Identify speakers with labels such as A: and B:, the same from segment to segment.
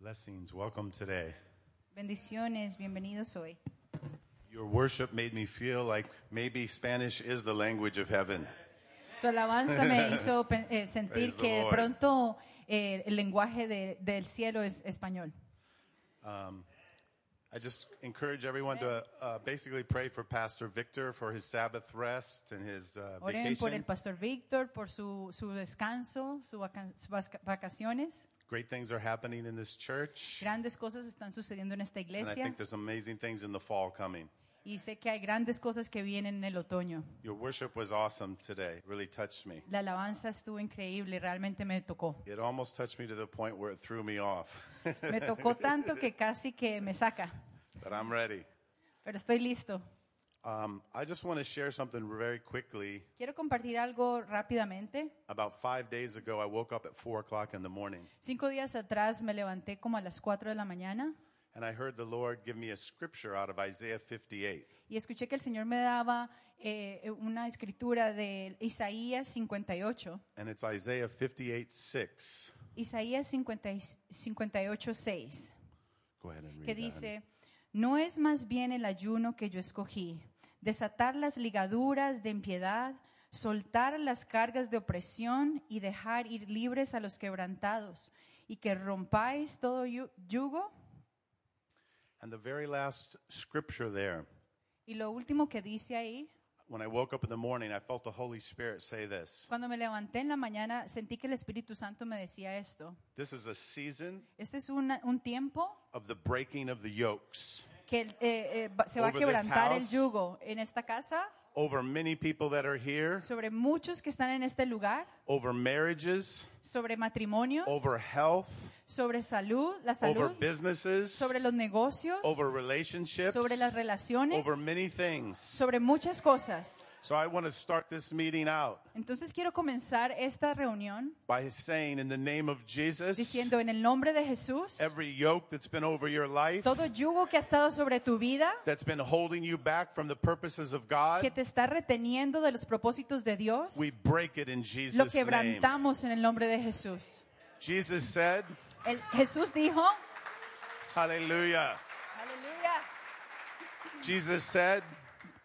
A: Blessings. Welcome today.
B: Bendiciones, bienvenidos hoy.
A: Your worship made me feel like maybe Spanish is the language of heaven.
B: Su alabanza me hizo pen- eh, sentir
A: Praise the
B: que de
A: Lord.
B: pronto eh, el lenguaje de- del cielo es español.
A: I just encourage everyone to uh, basically pray for Pastor Victor for his Sabbath rest and his uh,
B: Oren por el
A: vacation.
B: pastor Víctor, por su, su descanso, sus vacaciones.
A: Great things are happening in this church.
B: Grandes cosas están sucediendo en esta
A: And I
B: iglesia
A: think there's amazing things in the fall coming.
B: y sé que hay grandes cosas que vienen en el otoño.
A: Your worship was awesome today. It really touched me.
B: La alabanza estuvo increíble, realmente me tocó.
A: It almost touched me to the point where it threw me off.
B: Me tocó tanto que casi que me saca,
A: but I'm ready.
B: pero estoy listo.
A: Um, I just want to share something very quickly.
B: Quiero compartir algo rápidamente.
A: About five days ago, I woke up at four o'clock in the morning.
B: Cinco días atrás me levanté como a las 4 de la mañana
A: And I heard the Lord give me a scripture out of Isaiah 58.
B: y escuché que el Señor me daba eh, una escritura de Isaías 58.
A: And it's Isaiah 58 6.
B: Isaías 50 y- 58, 6,
A: Go ahead and read
B: que
A: that.
B: dice, no es más bien el ayuno que yo escogí, desatar las ligaduras de impiedad, soltar las cargas de opresión y dejar ir libres a los quebrantados, y que rompáis todo yu- yugo.
A: And the very last scripture there,
B: Y lo último que dice ahí,
A: when I woke up in the morning, I felt the Holy Spirit say this
B: Cuando me levanté en la mañana, sentí que el Espíritu Santo me decía esto.
A: This is a season
B: Este es una- un tiempo
A: of the breaking of the yokes
B: que el- eh, eh, va- se va a
A: Over this
B: quebrantar el
A: house.
B: yugo en esta casa,
A: over many people that are here,
B: sobre muchos que están en este lugar,
A: over marriages,
B: sobre matrimonios,
A: over health,
B: sobre salud, la
A: over
B: salud,
A: businesses,
B: sobre los negocios,
A: over relationships,
B: sobre las relaciones,
A: over many things.
B: sobre muchas cosas.
A: So I want to start this meeting out
B: Entonces quiero comenzar esta reunión
A: by saying, in the name of Jesus,
B: diciendo en el nombre de Jesús,
A: every yoke that's been over your life,
B: todo yugo que ha estado sobre tu vida,
A: that's been holding you back from the purposes of
B: que
A: God,
B: te está reteniendo de los propósitos de Dios,
A: we break it in
B: lo
A: Jesus' name.
B: quebrantamos en el nombre de Jesús.
A: Jesus said,
B: El- Jesús dijo,
A: Hallelujah.
B: aleluya.
A: Jesus said,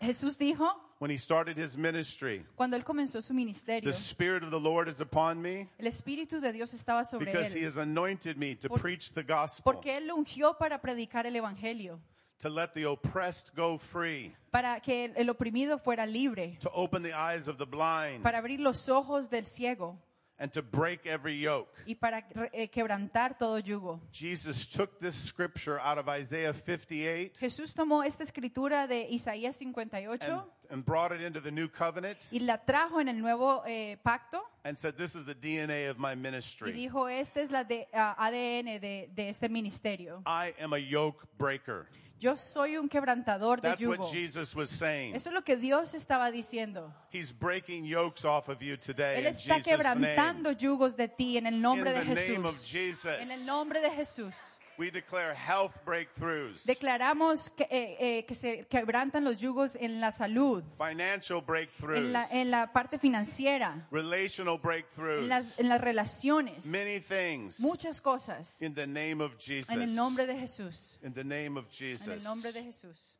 B: Jesús dijo
A: when he started his ministry,
B: cuando él comenzó su ministerio,
A: the Spirit of the Lord is upon me
B: el espíritu de Dios estaba sobre
A: because he
B: él,
A: has anointed me to
B: Por-
A: preach the gospel,
B: porque él lo ungió para predicar el evangelio,
A: to let the oppressed go free,
B: para que el, el oprimido fuera libre,
A: to open the eyes of the blind,
B: para abrir los ojos del ciego
A: and to break every yoke.
B: y para eh, quebrantar todo yugo.
A: Jesus took this scripture out of Isaiah 58
B: Jesús tomó esta escritura de Isaías
A: and,
B: 58
A: and brought it into the new covenant
B: y la trajo en el nuevo eh, pacto.
A: and said, This is the DNA of my
B: Y
A: ministry.
B: dijo, esta es la de, ah, ADN de, de este ministerio.
A: I am a yoke breaker.
B: Yo soy un quebrantador de
A: That's what
B: yugo.
A: Jesus was saying.
B: Eso es lo que Dios estaba diciendo.
A: He's breaking yokes off of you today
B: Él
A: in
B: está
A: Jesus' name.
B: quebrantando yugos de ti en el nombre
A: In
B: de
A: the name of
B: Jesús.
A: Jesus.
B: En el nombre de Jesús.
A: We declare health breakthroughs,
B: Declaramos que, eh, eh, que se quebrantan los yugos en la salud,
A: financial
B: en la,
A: breakthroughs,
B: en la parte financiera,
A: relational
B: en las,
A: breakthroughs,
B: en las relaciones,
A: many things.
B: muchas cosas.
A: In the name of Jesus.
B: En el nombre de Jesús.
A: In the name of
B: En el
A: Jesus.
B: nombre de Jesús.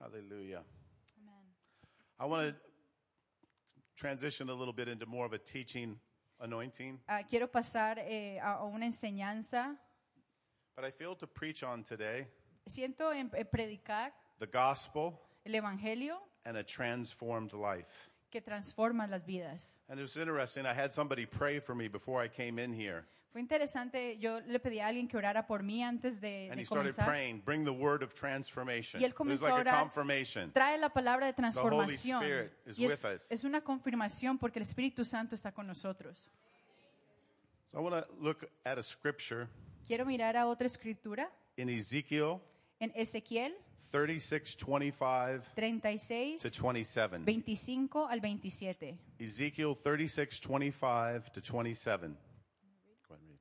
A: Hallelujah. I want to transition a little bit into more of a teaching anointing,
B: Ah, quiero pasar eh, a a una enseñanza.
A: but I feel to preach on today
B: Siento en, en predicar
A: the gospel
B: el Evangelio
A: and a transformed life.
B: que transforma las vidas.
A: And it was interesting. I had somebody pray for me before I came in here,
B: Fue interesante, yo le pedí a alguien que orara por mí antes de,
A: and
B: de
A: he started
B: comenzar.
A: praying, "Bring the word of transformation."
B: Y él
A: It was
B: comenzó a
A: like a
B: orar.
A: confirmation.
B: Trae la palabra de
A: Holy
B: transformación.
A: Spirit is
B: Y es,
A: with us.
B: es una confirmación porque el Espíritu Santo está con nosotros.
A: So I want to look at a scripture
B: Quiero mirar a otra escritura
A: in Ezekiel
B: en Ezequiel
A: 36, 25 to
B: 36,
A: 27.
B: 25 al 27.
A: Ezekiel 36, 25 to 27. Go ahead and read.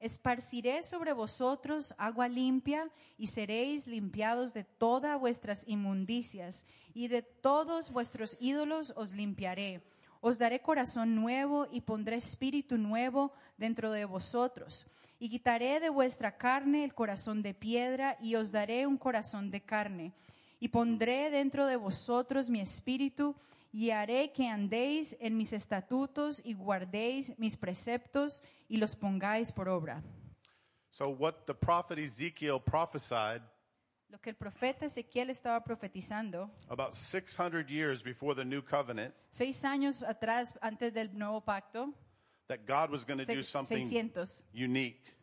B: Esparciré sobre vosotros agua limpia y seréis limpiados de todas vuestras inmundicias y de todos vuestros ídolos os limpiaré. Os daré corazón nuevo y pondré espíritu nuevo dentro de vosotros. Y quitaré de vuestra carne el corazón de piedra y os daré un corazón de carne. Y pondré dentro de vosotros mi espíritu y haré que andéis en mis estatutos y guardéis mis preceptos y los pongáis por obra.
A: So, what the prophet Ezekiel prophesied
B: Lo que el profeta Ezequiel estaba profetizando
A: about 600 years before the new covenant,
B: seis años atrás, antes del nuevo pacto,
A: that God was going to do
B: se-
A: something
B: 600,
A: unique.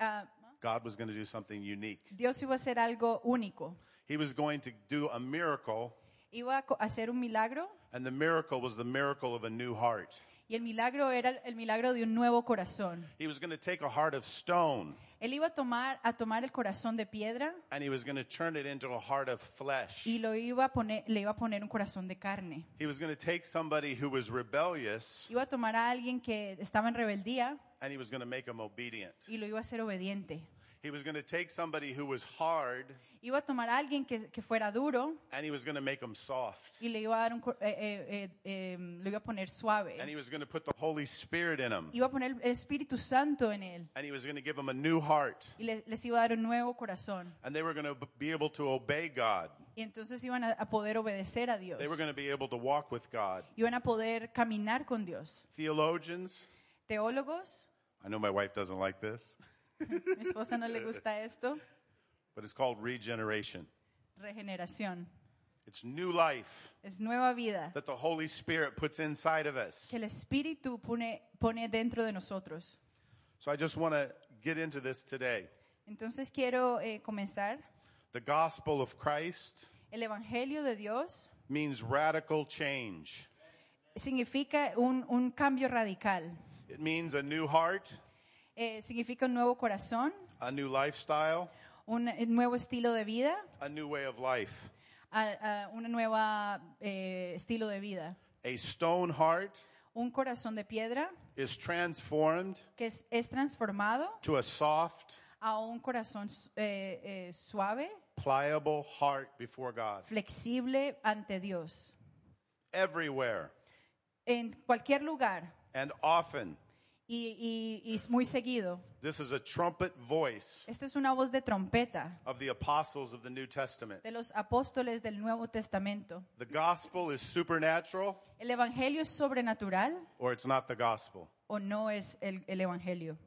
B: ah,
A: God was going to do something unique.
B: Dios iba a hacer algo único.
A: He was going to do a miracle,
B: Iba a co- hacer un milagro
A: and the miracle was the miracle of a new heart.
B: y el milagro era el milagro de un nuevo corazón.
A: He was going to take a heart of stone
B: Él iba a tomar, a tomar el corazón de piedra
A: and he was going to turn it into a heart of flesh.
B: y lo iba a poner, le iba a poner un corazón de carne.
A: He was going to take somebody who was rebellious
B: Iba a tomar a alguien que estaba en rebeldía
A: and he was going to make him obedient.
B: y lo iba a hacer obediente.
A: He was going to take somebody who was hard
B: Iba a tomar a alguien que, que fuera duro
A: and he was going to make him soft.
B: y le iba a dar un, cor- eh, eh, eh, eh, lo iba a poner suave.
A: And he was going to put the Holy Spirit in him
B: Iba a poner el Espíritu Santo en él
A: and he was going to give him a new heart.
B: y le- les, iba a dar un nuevo corazón.
A: And they were going to be able to obey God.
B: Y entonces iban a, a poder obedecer a Dios.
A: They were going to be able to walk with God.
B: Iban a poder caminar con Dios.
A: Theologians,
B: Teólogos,
A: I know my wife doesn't like this,
B: mi esposa no le gusta esto,
A: but it's called regeneration.
B: regeneración.
A: It's new life
B: Es nueva vida
A: that the Holy Spirit puts inside of us.
B: que el Espíritu pone, pone dentro de nosotros.
A: So I just want to get into this today.
B: Entonces quiero eh, comenzar.
A: The gospel of Christ
B: El Evangelio de Dios
A: means radical change.
B: significa un, un cambio radical.
A: It means a new heart,
B: Eh, significa un nuevo corazón,
A: a new lifestyle,
B: un, eh, nuevo estilo de vida,
A: a new way of life.
B: a- a una nueva eh, estilo de vida.
A: A stone heart
B: Un corazón de piedra
A: is transformed
B: que es, es transformado
A: to a soft,
B: a un corazón eh, eh, suave,
A: pliable heart before God.
B: flexible ante Dios.
A: Everywhere
B: En cualquier lugar
A: and often,
B: y, y- y muy seguido.
A: this is a trumpet voice
B: Esta es una voz de trompeta
A: of the apostles of the New Testament.
B: de los apóstoles del Nuevo Testamento.
A: The gospel is supernatural
B: ¿El Evangelio es sobrenatural
A: or it's not the gospel.
B: o no es el, el Evangelio?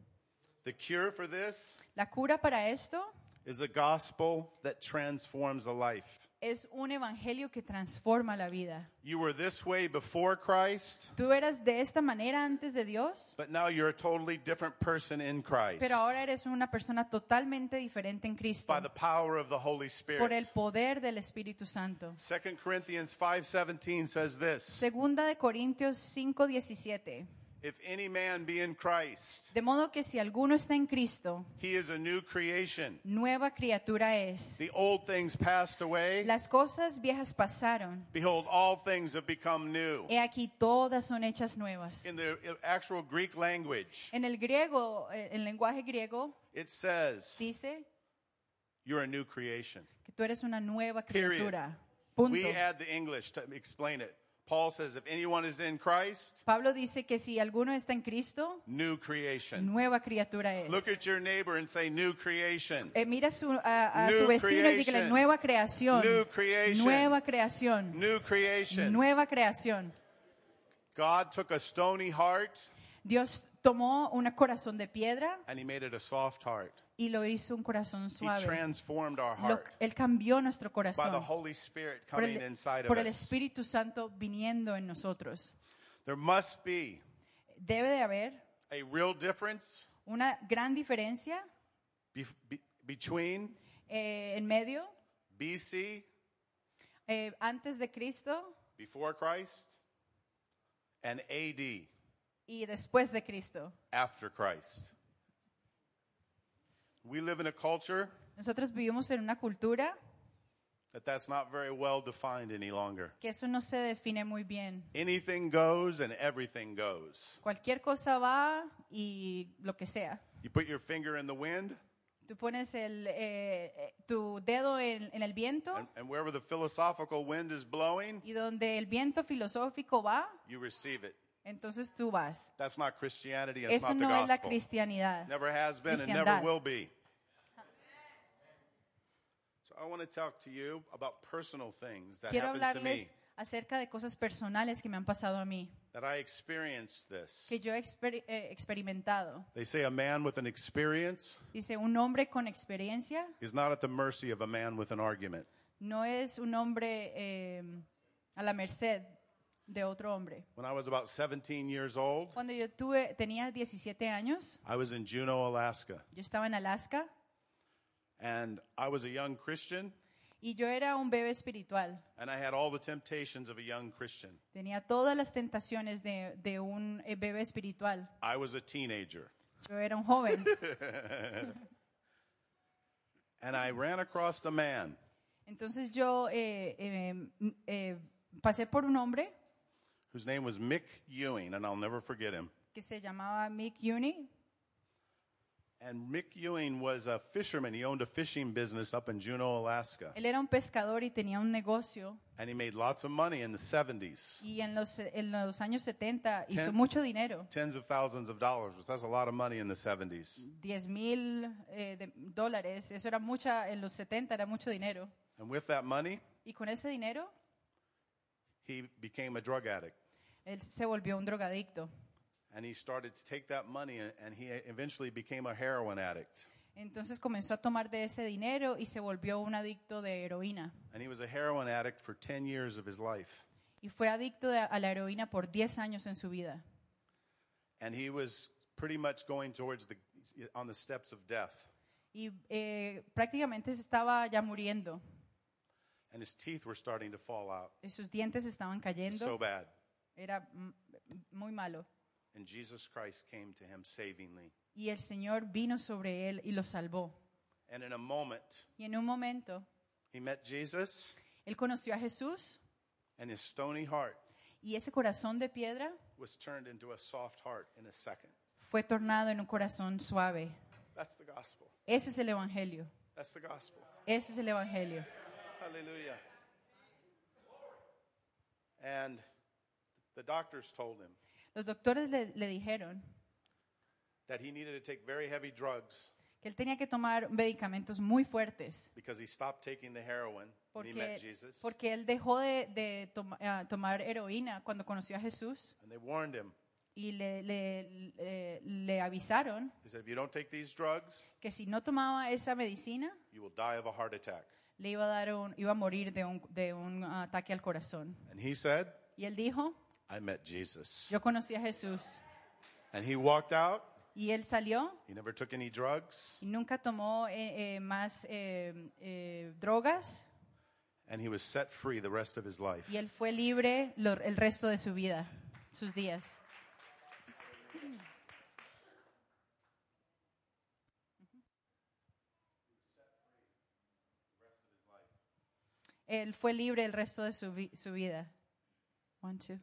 A: The cure for this
B: La cura para esto
A: is a gospel that transforms a life.
B: es un Evangelio que transforma la vida.
A: You were this way before Christ,
B: Tú eras de esta manera antes de Dios,
A: but now you're a totally different person in Christ.
B: pero ahora eres una persona totalmente diferente en Cristo
A: by the power of the Holy
B: por el
A: Spirit.
B: poder del Espíritu Santo.
A: 2 Corinthians 5:17 says this,
B: Segunda de Corintios 5:17.
A: if any man be in Christ,
B: De modo que si alguno está en Cristo,
A: he is a new creation.
B: nueva criatura es.
A: The old things passed away;
B: Las cosas viejas pasaron.
A: behold, all things have become new.
B: He aquí todas son hechas nuevas.
A: In the actual Greek language,
B: En el griego, eh, el lenguaje griego,
A: it says
B: dice
A: you're a new creation.
B: que tú eres una nueva
A: Period.
B: criatura. Punto.
A: We add the English to explain it. Paul says, if anyone is in Christ,
B: Pablo dice que si alguno está en Cristo,
A: new creation.
B: nueva criatura es.
A: Look at your neighbor and say, new creation.
B: Eh, mira a su, a, a
A: New
B: su vecino y dígale
A: creation.
B: nueva creación.
A: New creation.
B: Nueva creación.
A: New creation.
B: Nueva creación.
A: God took a stony heart
B: Dios tomó un corazón de piedra
A: and he made it a soft heart.
B: y lo hizo un corazón
A: He
B: suave.
A: transformed our
B: Lo-
A: heart
B: él cambió nuestro
A: by the
B: corazón
A: Holy Spirit
B: por
A: coming
B: el,
A: inside of
B: por el
A: us.
B: Espíritu Santo viniendo en nosotros.
A: There must be
B: Debe de haber
A: a real difference
B: una gran diferencia
A: be- be- between
B: eh, en medio,
A: BC,
B: eh, antes de Cristo
A: before Christ, and AD,
B: y después de Cristo.
A: after Christ. We live in a culture
B: Nosotros vivimos en una cultura
A: that that's not very well defined any longer.
B: que eso no se define muy bien.
A: Anything goes and everything goes.
B: Cualquier cosa va y lo que sea.
A: You put your finger in the wind,
B: Tú pones el, eh, eh, tu dedo en, en el viento
A: And, and wherever the philosophical wind is blowing,
B: y donde el viento filosófico va,
A: you receive it.
B: entonces tú vas.
A: That's not Christianity. It's
B: Eso
A: not the
B: no es la
A: gospel.
B: cristianidad.
A: Never has been and never
B: Cristiandad.
A: will be. So I want to talk to you about personal things that
B: Quiero
A: happened to me,
B: hablarles acerca de cosas personales que me han pasado a mí,
A: that I experienced this.
B: que yo he exper- eh, experimentado.
A: They say a man with an experience
B: Dice, un hombre con experiencia
A: is not at the mercy of a man with an argument.
B: no es un hombre eh, a la merced de otro hombre.
A: When I was about 17 years old,
B: Cuando yo tuve, tenía 17 años,
A: I was in Juneau, Alaska,
B: yo estaba en Alaska
A: and I was a young Christian,
B: y yo era un bebé espiritual.
A: and I had all the temptations of a young Christian.
B: Tenía todas las tentaciones de, de un eh, bebé espiritual.
A: I was a teenager,
B: Yo era un joven.
A: and I ran across a man
B: Entonces yo eh, eh, m- eh, pasé por un hombre
A: whose name was Mick Ewing, and I'll never forget him.
B: que se llamaba Mick Uni.
A: And Mick Ewing was a fisherman. He owned a fishing business up in Juneau, Alaska.
B: Él era un pescador y tenía un negocio
A: And he made lots of money in the 70s.
B: y en los, en los años 70 hizo
A: Ten-
B: mucho dinero,
A: Tens of thousands of dollars, which that's a lot of money in the 70s.
B: 10 mil eh, de- dólares, eso era mucha, en los 70 era mucho dinero.
A: And with that money,
B: Y con ese dinero
A: he became a drug addict.
B: él se volvió un drogadicto.
A: And he started to take that money and and he eventually became a heroin addict.
B: Entonces comenzó a tomar de ese dinero y se volvió un adicto de heroína.
A: And he was a heroin addict for 10 years of his life.
B: Y fue adicto de- a la heroína por 10 años en su vida.
A: And he was pretty much going towards the, on the steps of death.
B: Y eh, prácticamente se estaba ya muriendo.
A: And his teeth were starting to fall out
B: Y Sus dientes estaban cayendo.
A: so bad.
B: Era mm, muy malo.
A: And Jesus Christ came to him savingly.
B: Y el Señor vino sobre él y lo salvó.
A: And in a moment,
B: Y en un momento,
A: he met Jesus,
B: él conoció a Jesús
A: and his stony heart
B: y ese corazón de piedra
A: was turned into a soft heart in a second.
B: fue tornado en un corazón suave.
A: That's the gospel.
B: Ese es el Evangelio.
A: That's the gospel.
B: Ese es el Evangelio.
A: Hallelujah. And the doctors told him
B: Los doctores le, le dijeron
A: that he needed to take very heavy drugs
B: que él tenía que tomar medicamentos muy fuertes
A: because he stopped taking the heroin when he met
B: porque,
A: Jesus.
B: porque él dejó de, de toma- ah, tomar heroína cuando conoció a Jesús
A: And they warned him.
B: y le, le- le- le avisaron
A: They said, if you don't take these drugs,
B: que si no tomaba esa medicina
A: you will die of a heart attack.
B: le iba a dar un, iba a morir de un, de un ataque al corazón.
A: And he said,
B: Y él dijo,
A: I met Jesus.
B: yo conocí a Jesús.
A: And he walked out.
B: Y él salió
A: He never took any drugs.
B: y nunca tomó eh, eh, más eh, eh, drogas
A: and he was set free the rest of his life.
B: y él fue libre lo- el resto de su vida, sus días. Él fue libre el resto de su, vi- su vida. One, two.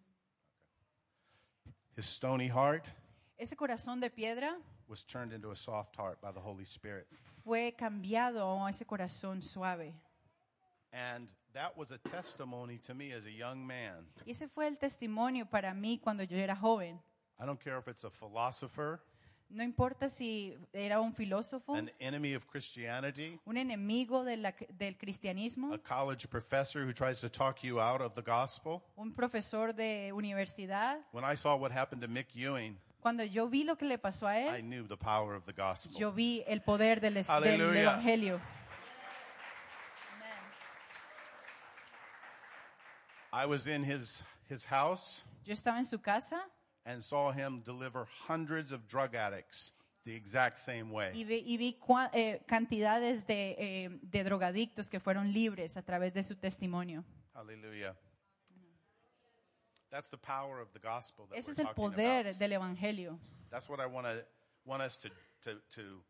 A: His stony heart
B: Ese corazón de piedra
A: was turned into a soft heart by the Holy Spirit.
B: fue cambiado a ese corazón suave.
A: And that was a testimony to me as a young man.
B: Y ese fue el testimonio para mí cuando yo era joven.
A: I don't care if it's a philosopher,
B: No importa si era un filósofo,
A: an enemy of Christianity,
B: un enemigo de la- del cristianismo,
A: a college professor who tries to talk you out of the gospel.
B: un profesor de universidad.
A: When I saw what happened to Mick Ewing,
B: Cuando yo vi lo que le pasó a
A: I
B: él,
A: knew the power of the
B: Eh? yo
A: gospel.
B: vi el poder del, es- del
A: Aleluya.
B: evangelio.
A: I was in his, his house
B: Yo estaba en su casa
A: and saw him deliver hundreds of drug addicts the exact same
B: y
A: way.
B: vi, y vi cua- eh, cantidades de, eh, de drogadictos que fueron libres a través de su testimonio.
A: Hallelujah. That's the power of the gospel that
B: Ese
A: we're
B: es el
A: talking
B: poder
A: about.
B: del evangelio.
A: That's what I want to want us to to to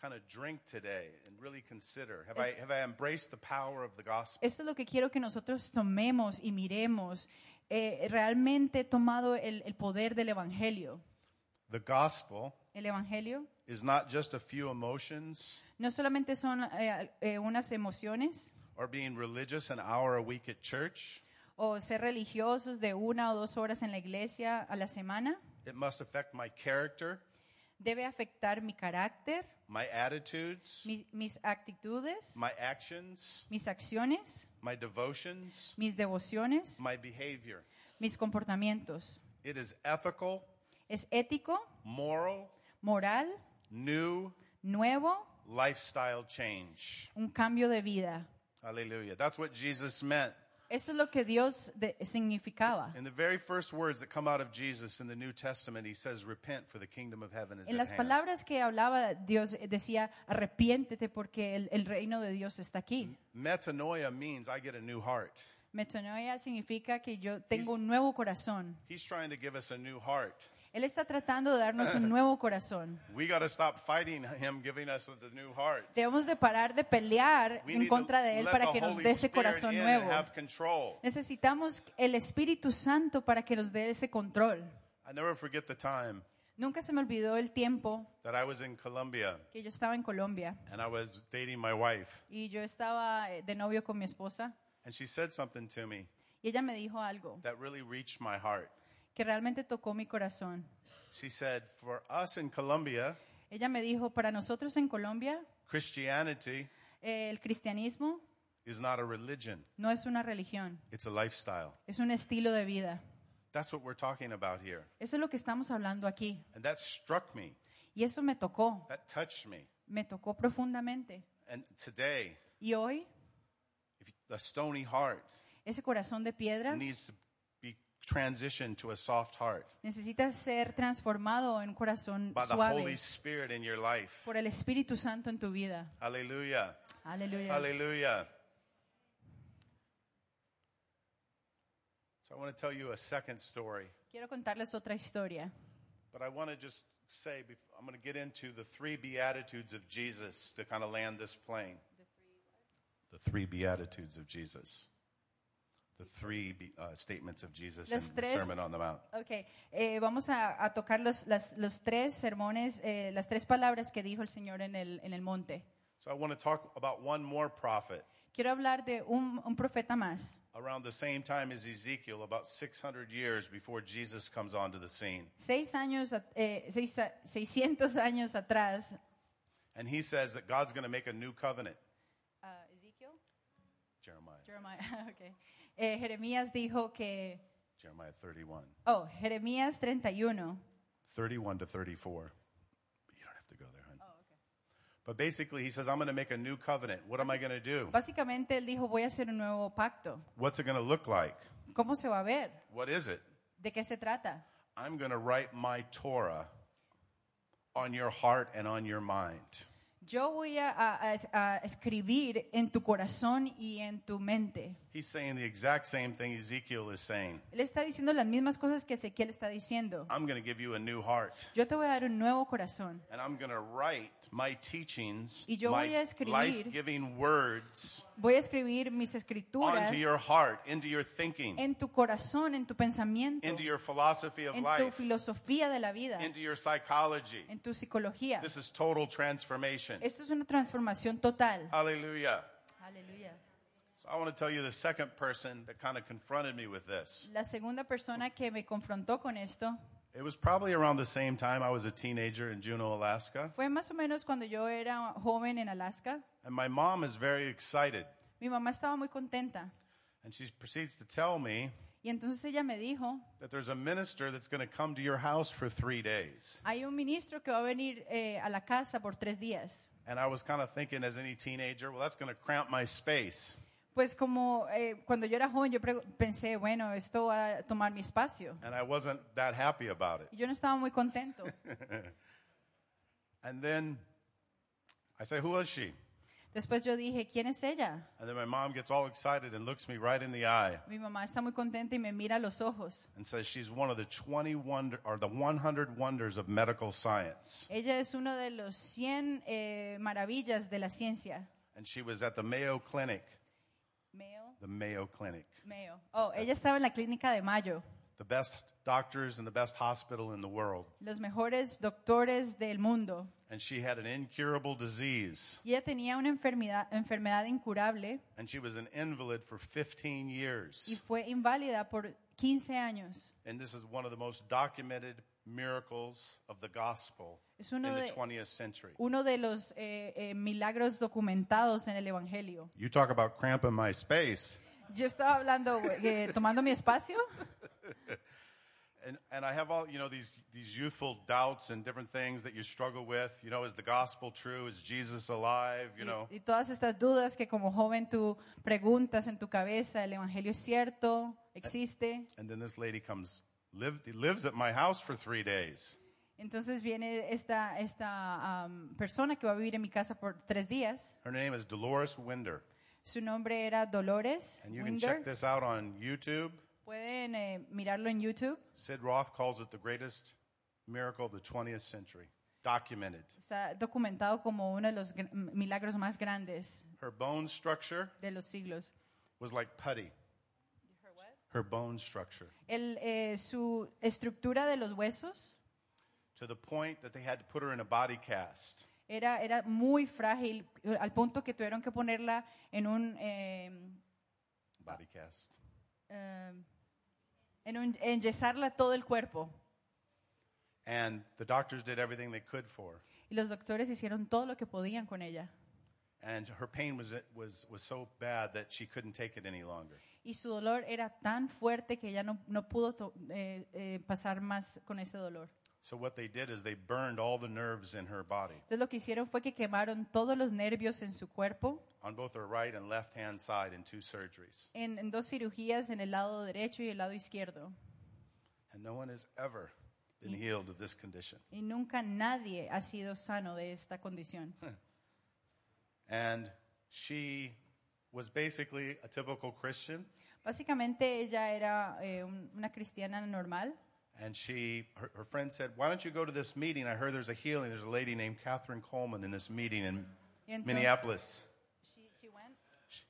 A: kind of drink today and really consider. Have I
B: Es-
A: have I embraced the power of the gospel?
B: Esto es lo que quiero que nosotros tomemos y miremos. Eh, realmente he tomado el, el poder del Evangelio.
A: The gospel
B: El Evangelio
A: is not just a few emotions
B: No solamente son eh, eh, unas emociones
A: or being religious an hour a week at church.
B: o ser religiosos de una o dos horas en la iglesia a la semana.
A: It must affect my character,
B: Debe afectar mi carácter,
A: my attitudes,
B: mi- mis actitudes,
A: my actions,
B: mis acciones,
A: my devotions,
B: mis devociones,
A: my behavior.
B: mis comportamientos.
A: It is ethical,
B: Es ético,
A: moral,
B: moral,
A: new
B: nuevo,
A: lifestyle change.
B: un cambio de vida.
A: Hallelujah. That's what Jesus meant.
B: Eso es lo que Dios de- significaba.
A: In the very first words that come out of Jesus in the New Testament, he says, Repent, for the kingdom of heaven is
B: En
A: at
B: las
A: hand.
B: palabras que hablaba Dios eh, decía, arrepiéntete porque el, el reino de Dios está aquí.
A: Metanoia means I get a new heart.
B: Metanoia significa que yo tengo un nuevo corazón.
A: He's trying to give us a new heart.
B: Él está tratando de darnos un nuevo corazón.
A: We got to stop fighting him giving us the new heart.
B: Debemos de parar de pelear
A: We
B: en
A: need
B: contra
A: to
B: de Él
A: let
B: para
A: the
B: que nos
A: Holy
B: dé ese
A: Spirit
B: corazón
A: in
B: nuevo.
A: And have control.
B: Necesitamos el Espíritu Santo para que nos dé ese control.
A: I never forget the time
B: Nunca se me olvidó el tiempo
A: that I was in Colombia
B: que yo estaba en Colombia
A: and I was dating my wife,
B: y yo estaba eh, de novio con mi esposa
A: and she said something to me
B: y ella me dijo algo
A: that really reached my heart.
B: que realmente tocó mi corazón.
A: She said, "For us in Colombia,
B: Ella me dijo, para nosotros en Colombia,
A: Christianity
B: eh, el cristianismo
A: is not a religion;
B: no es una religión,
A: it's a lifestyle.
B: es un estilo de vida.
A: That's what we're talking about here."
B: Eso es lo que estamos hablando aquí.
A: And that struck me.
B: Y eso me tocó,
A: That touched me.
B: me tocó profundamente.
A: And today,
B: Y hoy,
A: if you- a stony heart
B: ese corazón de piedra
A: needs to be transitioned to a soft heart
B: necesita ser transformado en un corazón
A: by the
B: suave
A: Holy Spirit in your life.
B: por el Espíritu Santo en tu vida.
A: Hallelujah.
B: Aleluya.
A: Hallelujah. So I want to tell you a second story,
B: Quiero contarles otra historia.
A: but I want to just say bef- I'm going to get into the three beatitudes of Jesus to kind of land this plane. The three beatitudes of Jesus. The three be- uh, statements of Jesus
B: Las
A: in the
B: tres-
A: Sermon on the Mount.
B: Ok, eh, vamos a, a tocar los, las- los tres sermones, eh, las tres palabras que dijo el Señor en el, en el monte.
A: So I want to talk about one more prophet
B: Quiero hablar de un, un profeta más,
A: around the same time as Ezekiel, about 600 years before Jesus comes onto the scene.
B: seis años, at- eh, seis a- 600 años atrás.
A: And he says that God's going to make a new covenant.
B: ah, Ezequiel,
A: Jeremiah.
B: Jeremiah, ok. Eh, Jeremías dijo que,
A: Jeremiah 31.
B: oh, Jeremías 31,
A: 31 to 34. You don't have to go there,
B: Oh,
A: hon. But basically, he says, I'm going to make a new covenant. What am I going to do?
B: básicamente él dijo, voy a hacer un nuevo pacto.
A: What's it going to look like?
B: ¿Cómo se va a ver?
A: What is it?
B: ¿De qué se trata?
A: I'm going to write my Torah on your heart and on your mind.
B: Yo voy a, a- a- a escribir en tu corazón y en tu mente.
A: He's saying the exact same thing Ezekiel is saying.
B: Él está diciendo las mismas cosas que Ezequiel está diciendo.
A: I'm going to give you a new heart.
B: Yo te voy a dar un nuevo corazón.
A: And I'm going to write my teachings,
B: Y yo
A: my
B: voy a escribir-
A: life-giving words
B: Voy a escribir mis escrituras
A: onto your heart, into your thinking,
B: en tu corazón, en tu pensamiento,
A: into your philosophy of
B: en tu
A: life,
B: filosofía de la vida,
A: into your psychology.
B: en tu psicología.
A: This is total transformation.
B: Esto es una transformación total.
A: Ah. Hallelujah.
B: Aleluya.
A: So I want to tell you the second person that kind of confronted me with this.
B: La segunda persona que me confrontó con esto
A: It was probably around the same time I was a teenager in Juneau, Alaska,
B: fue más o menos cuando yo era joven en Alaska.
A: and my mom is very excited,
B: Mi mamá estaba muy contenta
A: and she proceeds to tell me
B: y entonces ella me dijo,
A: that there's a minister that's going to come to your house for 3 days.
B: hay un ministro que va a venir eh, a la casa por tres días.
A: And I was kind of thinking as any teenager, well that's going to cramp my space.
B: Pues como eh, cuando yo era joven yo pregu- pensé, bueno, esto va a tomar mi espacio.
A: And I wasn't that happy about it.
B: Y yo no estaba muy contento.
A: And then I say, "Who is she?"
B: Después yo dije, ¿quién es ella?
A: And then my mom gets all excited and looks me right in the eye.
B: Mi mamá está muy contenta y me mira a los ojos.
A: and says she's one of the 20 wonder, or the 100 wonders of medical science.
B: Ella es uno de los 100 eh, maravillas de la ciencia.
A: And she was at the Mayo Clinic,
B: Mayo.
A: the Mayo Clinic,
B: Mayo. Oh, ella estaba en la clínica de Mayo.
A: the best doctors and the best hospital in the world.
B: los mejores doctores del mundo.
A: And she had an incurable disease.
B: Y ella tenía una enfermedad, enfermedad incurable
A: And she was an invalid for 15
B: y
A: years.
B: fue inválida por 15 años.
A: And this is one of the most documented miracles of the gospel
B: Es
A: in
B: uno
A: the
B: de-
A: 20th century.
B: Uno de los eh, eh, milagros documentados en el Evangelio.
A: You talk about cramping my space.
B: Yo estaba hablando, eh, tomando mi espacio,
A: And, and I have all, you know, these, these youthful doubts and different things that you struggle with. You know, is the gospel true? Is Jesus alive? You know,
B: y, y todas estas dudas que como joven tú preguntas en tu cabeza, ¿el Evangelio es cierto? ¿Existe?
A: and then this lady comes, lived, lives at my house for three days.
B: Entonces viene esta, esta am, persona que va a vivir en mi casa por tres días.
A: Her name is Dolores Winder.
B: Su nombre era Dolores
A: And you can
B: Winder.
A: check this out on YouTube.
B: Pueden eh, mirarlo en YouTube.
A: Sid Roth calls it the greatest miracle of the 20th century, documented.
B: Está documentado como uno de los gr- m- milagros más grandes
A: Her bone structure
B: de los siglos.
A: was like putty. Her bone structure.
B: El, eh, su estructura de los huesos
A: To the point that they had to put her in a body cast.
B: era, era muy frágil, eh, al punto que tuvieron que ponerla en un, eh,
A: Body cast.
B: eh, en un enyesarla todo el cuerpo.
A: And the doctors did everything they could for her.
B: Y los doctores hicieron todo lo que podían con ella.
A: And her pain was, was, was so bad that she couldn't take it any longer.
B: Y su dolor era tan fuerte que ella no, no pudo to- eh, eh, pasar más con ese dolor.
A: So, what they did is they burned all the nerves in her body
B: Entonces lo que hicieron fue que quemaron todos los nervios en su cuerpo
A: on both her right and left hand side in two surgeries.
B: en, en dos cirugías, en el lado derecho y el lado izquierdo.
A: And no one has ever been healed of this condition.
B: Y nunca nadie ha sido sano de esta condición.
A: And she was basically a typical Christian,
B: Básicamente ella era eh, un- una cristiana normal.
A: and she her, her friend said, "Why don't you go to this meeting? I heard there's a healing. There's a lady named Catherine Coleman in this meeting in
B: Y entonces-
A: Minneapolis."
B: She- she went.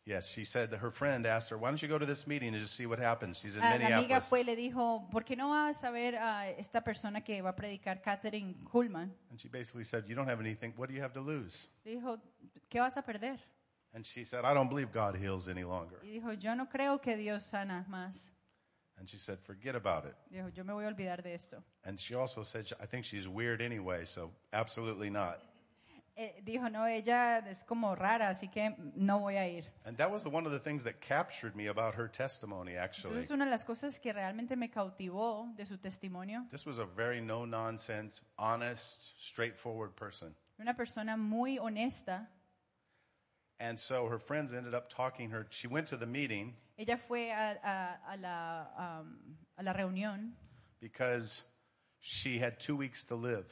A: Yes, she said that her friend asked her, "Why don't you go to this meeting and just see what happens?" She's in
B: Ah, la amiga
A: Minneapolis,
B: fue y le dijo, ¿por qué no vas a ver a esta persona que va a predicar, Catherine Kuhlman?
A: and she basically said, "You don't have anything. What do you have to lose?"
B: Le dijo, ¿qué vas a perder?
A: And she said, "I don't believe God heals any longer."
B: Y dijo, yo no creo que Dios sana más.
A: And she said, "Forget about it."
B: Dijo, yo me voy a olvidar de esto.
A: And she also said, "I think she's weird anyway, so absolutely not."
B: Eh, dijo, no, ella es como rara, así que no voy a ir.
A: And that was the, one of the things that captured me about her testimony, actually.
B: Entonces una de las cosas que realmente me cautivó de su testimonio,
A: This was a very no nonsense, honest, straightforward person.
B: una persona muy honesta,
A: And so her friends ended up talking her. She went to the meeting
B: ella fue a, a- a la, um, a la reunión
A: because she had two weeks to live,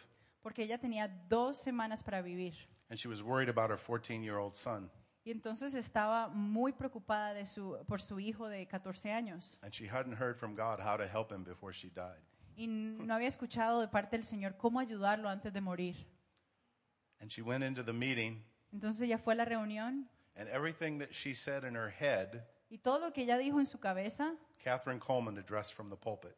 B: porque ella tenía dos semanas para vivir.
A: and she was worried about her 14 year old son.
B: Y entonces estaba muy preocupada de su, por su hijo de 14 años
A: And she hadn't heard from God how to help him before she died.
B: y no había escuchado de parte del Señor cómo ayudarlo antes de morir.
A: And she went into the meeting,
B: Entonces ella fue a la reunión
A: and everything that she said in her head,
B: y todo lo que ella dijo en su cabeza,
A: Catherine Coleman addressed from the pulpit.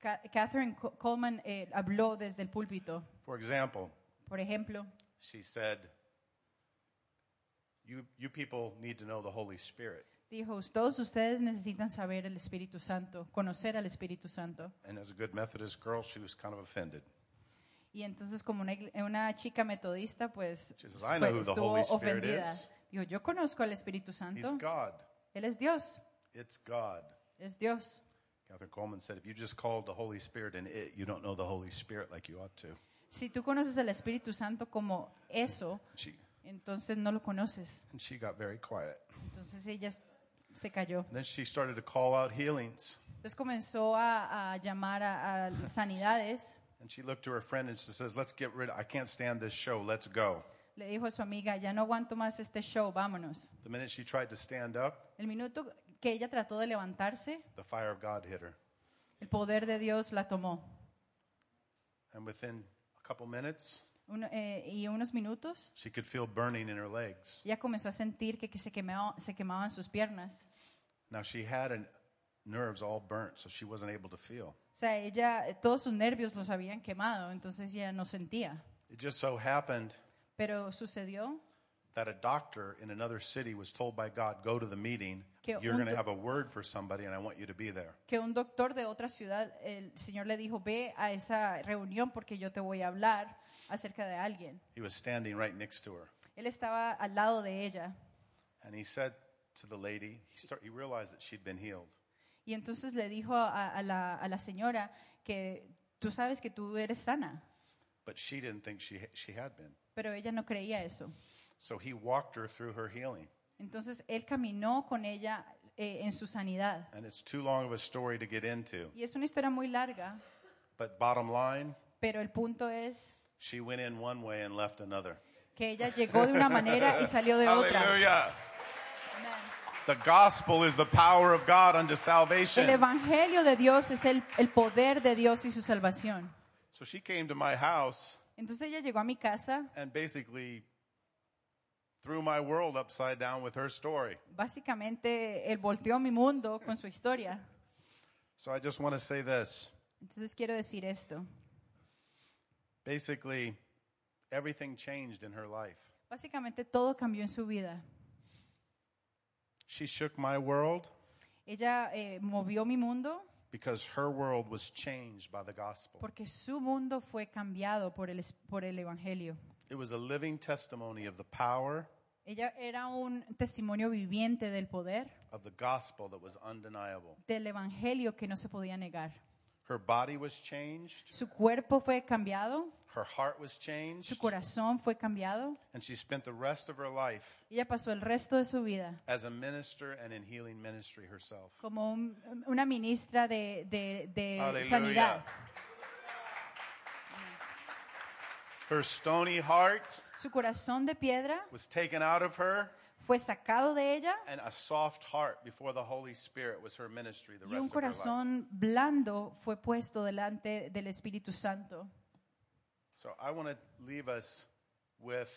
B: Ca- Catherine Co- Coleman eh, habló desde el púlpito.
A: For example,
B: Por ejemplo,
A: she said, you, you people need to know the Holy Spirit.
B: dijo, todos ustedes necesitan saber el Espíritu Santo, conocer al Espíritu Santo.
A: And as a good Methodist girl, she was kind of offended.
B: Y entonces como una, igle- una chica metodista, pues
A: She says, "I know
B: fue-
A: who the
B: estuvo
A: Holy Spirit
B: ofendida.
A: is."
B: Dijo, yo conozco al Espíritu
A: He's
B: Santo.
A: God.
B: Él es Dios,
A: It's God.
B: es Dios.
A: Catherine Coleman said, if you just called the Holy Spirit an it, you don't know the Holy Spirit like you ought to.
B: Si tú conoces al Espíritu Santo como eso,
A: She,
B: entonces no lo conoces.
A: and she got very quiet.
B: Entonces ella s- se cayó.
A: And then she started to call out healings.
B: Entonces comenzó a, a llamar a, a sanidades.
A: And she looked to her friend and she says, let's get rid I can't stand this show. Let's go.
B: Le dijo a su amiga, ya no aguanto más este show, vámonos.
A: The minute she tried to stand up,
B: El minuto que ella trató de levantarse,
A: the fire of God hit her.
B: el poder de Dios la tomó.
A: And within a couple minutes,
B: Uno- eh, y unos minutos,
A: she could feel burning in her legs.
B: ella comenzó a sentir que, que se, quemaba- se quemaban sus piernas.
A: Now she had an nerves all burnt, so she wasn't able to feel.
B: O sea, ella, eh, todos sus nervios los habían quemado, entonces ella no sentía.
A: It just so happened
B: Pero sucedió
A: that a doctor in another city was told by God, go to the meeting.
B: Que
A: You're
B: un
A: going to
B: doc-
A: have a word for somebody, and I want you to be there.
B: que un doctor de otra ciudad, el Señor le dijo, ve a esa reunión porque yo te voy a hablar acerca de alguien.
A: He was standing right next to her.
B: Él estaba al lado de ella
A: And he said to the lady, he, start, he realized that she'd been healed.
B: y entonces le dijo a, a la, a la señora que tú sabes que tú eres sana,
A: But she didn't think she, she had been.
B: pero ella no creía eso.
A: So he walked her through her healing.
B: Entonces él caminó con ella eh, en su sanidad.
A: And it's too long of a story to get into.
B: Y es una historia muy larga,
A: But bottom line,
B: pero el punto es
A: she went in one way and left another.
B: que ella llegó de una manera y salió de otra.
A: Hallelujah.
B: Amén.
A: The gospel is the power of God unto
B: El
A: salvation.
B: Evangelio de Dios es el, el poder de Dios y su salvación.
A: So she came to my house
B: Entonces ella llegó a mi casa,
A: and basically threw my world upside down with her story.
B: básicamente él volteó mi mundo con su historia.
A: So I just want to say this.
B: Entonces quiero decir esto.
A: Basically, everything changed in her life.
B: Básicamente todo cambió en su vida.
A: She shook my world
B: Ella eh, movió mi mundo
A: because her world was changed by the gospel.
B: porque su mundo fue cambiado por el, es- por el Evangelio.
A: It was a living testimony of the power
B: Ella era un testimonio viviente del poder
A: of the gospel that was undeniable.
B: del Evangelio que no se podía negar.
A: Her body was changed,
B: Su cuerpo fue cambiado,
A: her heart was changed,
B: su corazón fue cambiado.
A: and she spent the rest of her life
B: Ella pasó el resto de su vida
A: as a minister and in healing ministry herself.
B: como un- una ministra de, de- de
A: Hallelujah.
B: sanidad.
A: Her stony heart
B: Su corazón de piedra
A: was taken out of her,
B: fue sacado de ella
A: and a soft heart before the Holy Spirit was her ministry the
B: y un
A: rest of her life.
B: corazón blando fue puesto delante del Espíritu Santo.
A: So I want to leave us with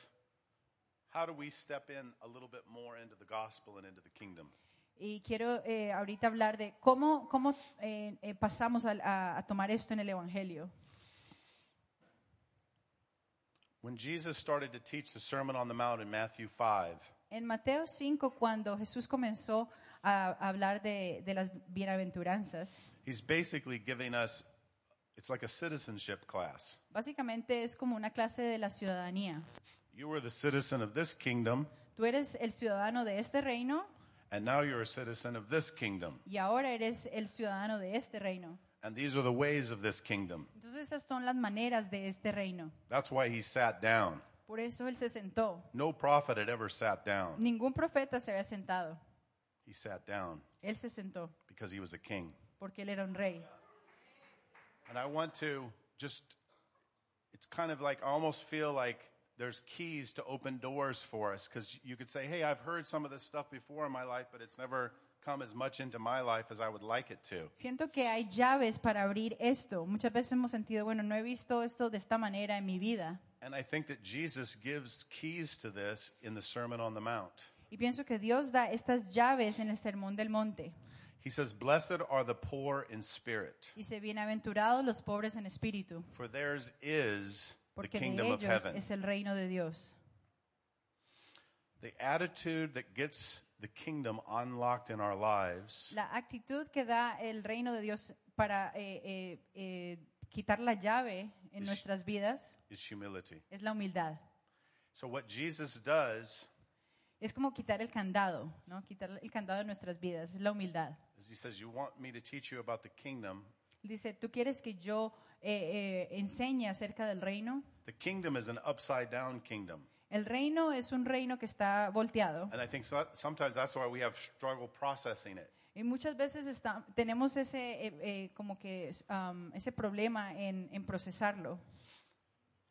A: how do we step in a little bit more into the gospel and into the kingdom?
B: Y quiero eh, ahorita hablar de cómo, cómo eh, eh, pasamos al- a, a tomar esto en el Evangelio.
A: When Jesus started to teach the Sermon on the Mount in Matthew 5,
B: En Mateo 5, cuando Jesús comenzó a, a hablar de, de las bienaventuranzas,
A: he's basically giving us, it's like a citizenship class.
B: básicamente es como una clase de la ciudadanía.
A: You were the citizen of this kingdom,
B: Tú eres el ciudadano de este reino
A: and now you're a citizen of this kingdom.
B: y ahora eres el ciudadano de este reino.
A: And these are the ways of this kingdom.
B: Entonces esas son las maneras de este reino.
A: That's why he sat down.
B: Por eso él se sentó.
A: No prophet had ever sat down.
B: Ningún profeta se había sentado.
A: He sat down
B: Él se sentó
A: because he was a king.
B: porque él era un rey.
A: And I want to just, it's kind of like, I almost feel like there's keys to open doors for us because you could say, hey, I've heard some of this stuff before in my life, but it's never come as much into my life as I would like it to.
B: Siento que hay llaves para abrir esto. Muchas veces hemos sentido, bueno, no he visto esto de esta manera en mi vida.
A: And I think that Jesus gives keys to this in the Sermon on the Mount.
B: Y pienso que Dios da estas llaves en el Sermón del Monte.
A: He says, Blessed are the poor in spirit,
B: Dice, bienaventurados los pobres en espíritu,
A: for theirs is the
B: porque de
A: kingdom of
B: ellos
A: heaven.
B: es el reino de Dios.
A: The attitude that gets the kingdom unlocked in our lives
B: La actitud que da el reino de Dios para eh, eh, eh, quitar la llave en
A: Es-
B: nuestras vidas
A: is humility.
B: es la humildad.
A: So, what Jesus does
B: Es como quitar el candado, ¿no? Quitar el candado de nuestras vidas, es la humildad.
A: is He says, You want me to teach you about the kingdom?
B: Dice, ¿tú quieres que yo eh, eh, enseñe acerca del reino?
A: The kingdom is an upside down kingdom.
B: El reino es un reino que está volteado
A: And I think so, sometimes that's why we have struggle processing it.
B: y muchas veces está- tenemos ese, eh, eh, como que, um, ese problema en, en procesarlo.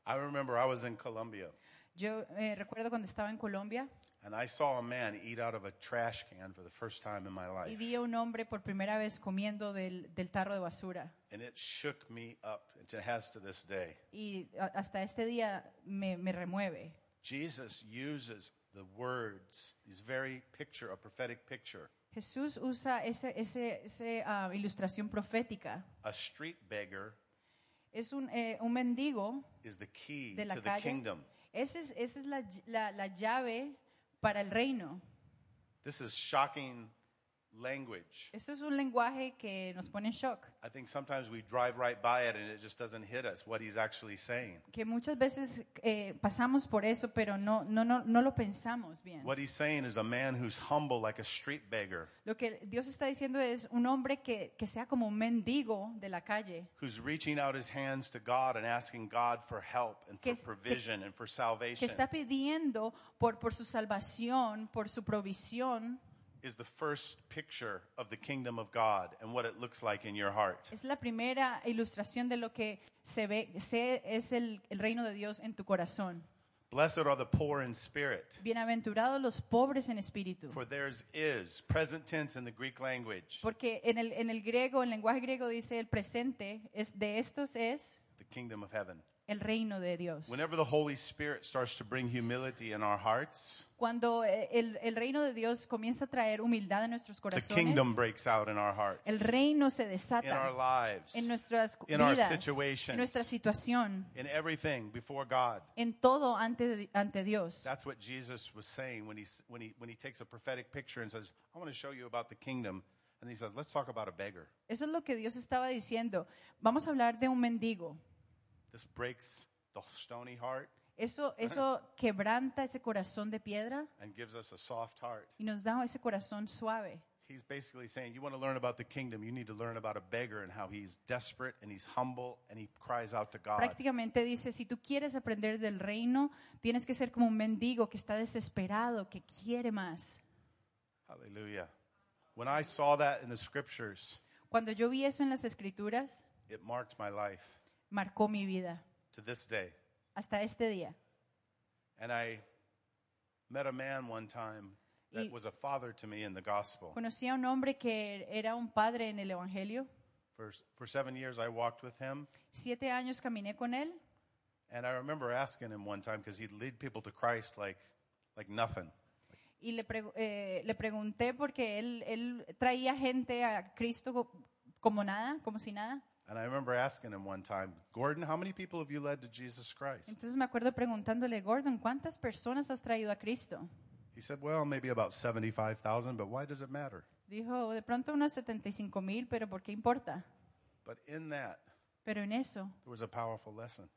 A: I remember I was in Colombia
B: Yo eh, recuerdo cuando estaba en Colombia
A: and I saw a man eat out of a trash can for the first time in my
B: y
A: life.
B: vi a un hombre por primera vez comiendo del, del tarro de basura.
A: And it shook me up. It has to this day.
B: y a- hasta este día me, me remueve.
A: Jesus uses the words, these very picture, a prophetic picture,
B: Jesús usa esa ese, ese, ah, ilustración profética.
A: A street beggar
B: Es un, eh, un mendigo
A: is the key
B: de la
A: to the
B: calle.
A: kingdom.
B: Ese es- Esa es, la, ll- la- la llave para el reino.
A: This is shocking language.
B: Esto es un lenguaje que nos pone en shock,
A: I think sometimes we drive right by it and it just doesn't hit us what he's actually saying.
B: que muchas veces eh, pasamos por eso, pero no, no, no, no lo pensamos bien.
A: What he's saying is a man who's humble like a street beggar,
B: Lo que Dios está diciendo es un hombre que, que sea como un mendigo de la calle,
A: who's reaching out his hands to God and asking God for help and
B: Que
A: for
B: es- que-
A: provision and for
B: que
A: salvation
B: está pidiendo por, por su salvación, por su provisión.
A: is the first picture of the kingdom of God and what it looks like in your heart.
B: Es la primera ilustración de lo que se ve, se- es el, el reino de Dios en tu corazón.
A: Blessed are the poor in spirit,
B: Bienaventurados los pobres en espíritu.
A: for theirs is present tense in the Greek language.
B: Porque en el, en el griego, en el lenguaje griego dice el presente, es, de estos es
A: the kingdom of heaven.
B: el reino de Dios.
A: Whenever the Holy Spirit starts to bring humility in our hearts,
B: Cuando eh, el, el reino de Dios comienza a traer humildad en nuestros
A: the
B: corazones,
A: kingdom breaks out in our hearts,
B: el reino se
A: in our
B: desata
A: lives,
B: en nuestras
A: in our
B: vidas,
A: situations.
B: nuestra situación,
A: in everything before God.
B: en todo ante, de- ante Dios.
A: That's what Jesus was saying when he, s- when, he, when he takes a prophetic picture and says, I want to show you about the kingdom. And he says, Let's talk about a beggar.
B: Eso es lo que Dios estaba diciendo. Vamos a hablar de un mendigo.
A: This breaks the stony heart
B: Eso, eso quebranta ese corazón de piedra
A: and gives us a soft heart.
B: y nos da ese corazón suave.
A: He's basically saying, You want to learn about the kingdom, you need to learn about a beggar and how he's desperate and he's humble and he cries out to God.
B: Prácticamente dice, si tú quieres aprender del reino, tienes que ser como un mendigo que está desesperado, que quiere más.
A: Hallelujah. When I saw that in the scriptures,
B: Cuando yo vi eso en las escrituras,
A: it marked my life
B: marcó mi vida
A: to this day.
B: hasta este día.
A: And I met a man one time
B: Y-
A: that was a father to me in the gospel.
B: Conocí a un hombre que era un padre en el Evangelio.
A: For, for seven years, I walked with him.
B: Siete años caminé con él
A: And I remember asking him one time because he'd lead people to Christ like, like nothing.
B: y le, pregu- eh, le pregunté porque él, él traía gente a Cristo co- como nada, como si nada.
A: And I remember asking him one time, Gordon, how many people have you led to Jesus Christ?
B: Entonces me acuerdo preguntándole, Gordon, ¿cuántas personas has traído a Cristo?
A: He said, Well, maybe about 75,000, but why does it matter?
B: Dijo, de pronto unas 75 mil, pero ¿por qué importa?
A: But in that,
B: Pero en eso
A: there was a powerful lesson.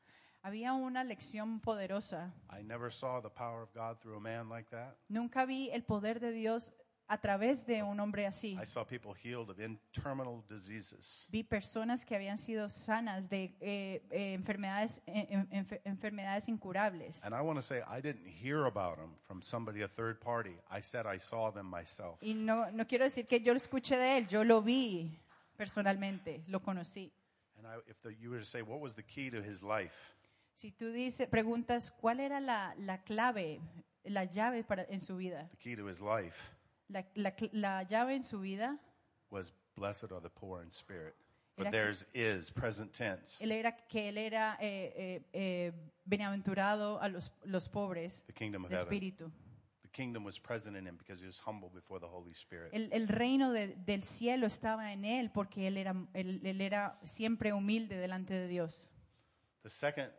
B: había una lección poderosa.
A: I never saw the power of God through a man like that.
B: Nunca vi el poder de Dios a través de un hombre así.
A: I saw people healed of in- terminal diseases.
B: Vi personas que habían sido sanas de eh, eh, enfermedades, eh, en- enfer- enfermedades incurables.
A: And I want to say, I didn't hear about them from somebody, a third party. I said I saw them myself.
B: Y no, no quiero decir que yo lo escuché de él, yo lo vi personalmente, lo conocí.
A: And I, if the, you were to say, what was the key to his life?
B: Si tú dices, preguntas cuál era la, la clave, la llave para, en su vida,
A: The key to his life
B: la, la cl- la llave en su vida
A: was, blessed are the poor in spirit, for
B: Era-
A: theirs is, present tense,
B: él era que él era eh, eh, eh, bienaventurado a los, los pobres
A: the kingdom of
B: de
A: heaven.
B: espíritu.
A: The kingdom was present in him because he was humble before the Holy Spirit.
B: El, el reino de- del cielo estaba en él porque él era, él, él era siempre humilde delante de Dios.
A: the second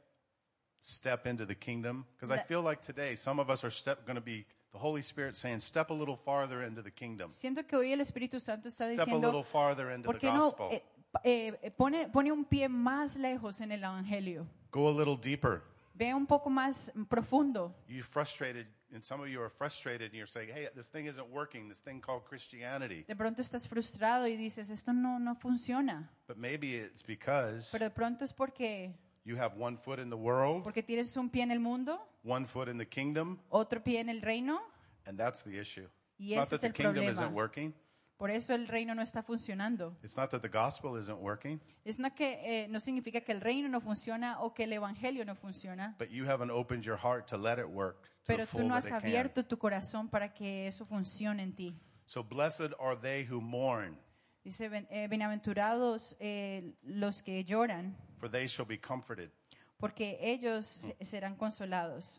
A: step into the kingdom because i
B: That-
A: feel like today some of us are step going to be the holy spirit saying step a little farther into the kingdom
B: Siento que hoy el Espíritu Santo está
A: step a little
B: diciendo,
A: farther into
B: ¿por
A: the
B: qué no
A: gospel
B: eh, pa- eh, eh, pone, pone un pie más lejos en el Evangelio?
A: go a little deeper
B: Ve un poco más profundo.
A: you frustrated and some of you are frustrated and you're saying hey this thing isn't working this thing called christianity
B: De pronto estás frustrado y dices, esto no, no funciona.
A: but maybe it's because
B: Pero de pronto es porque,
A: you have one foot in the world
B: porque tienes un pie en el mundo,
A: one foot in the kingdom
B: otro pie en el reino.
A: and that's the issue
B: Y
A: it's not
B: ese
A: that
B: es
A: the
B: el
A: kingdom
B: problema.
A: isn't working
B: Por eso el reino no está funcionando.
A: it's not that the gospel isn't working
B: Es no que eh, no significa que el reino no funciona o que el evangelio no funciona,
A: but you haven't opened your heart to let it work to the
B: pero
A: full
B: tú no
A: that
B: has
A: it can.
B: abierto tu corazón para que eso funcione en ti.
A: So blessed are they who mourn,
B: Dice, ben- eh, bienaventurados eh, los que lloran,
A: for they shall be comforted.
B: porque ellos
A: Mm.
B: se- serán consolados.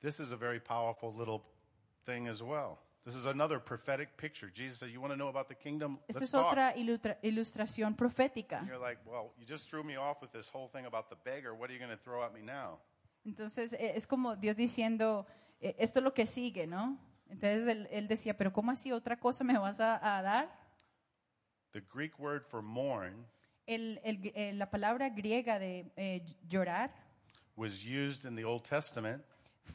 A: This is a very powerful little thing as well. This is another prophetic picture. Jesus said, You want to know about the kingdom?
B: Esta
A: Let's
B: es
A: talk.
B: otra ilustra- ilustración profética.
A: And you're like, Well, you just threw me off with this whole thing about the beggar. What are you going to throw at me now?
B: Entonces eh, es como Dios diciendo, eh, esto es lo que sigue, ¿no? Entonces él, él decía, pero ¿cómo así otra cosa me vas a, a dar?
A: The Greek word for mourn
B: El- el- eh, la palabra griega de eh, llorar
A: was used in the Old Testament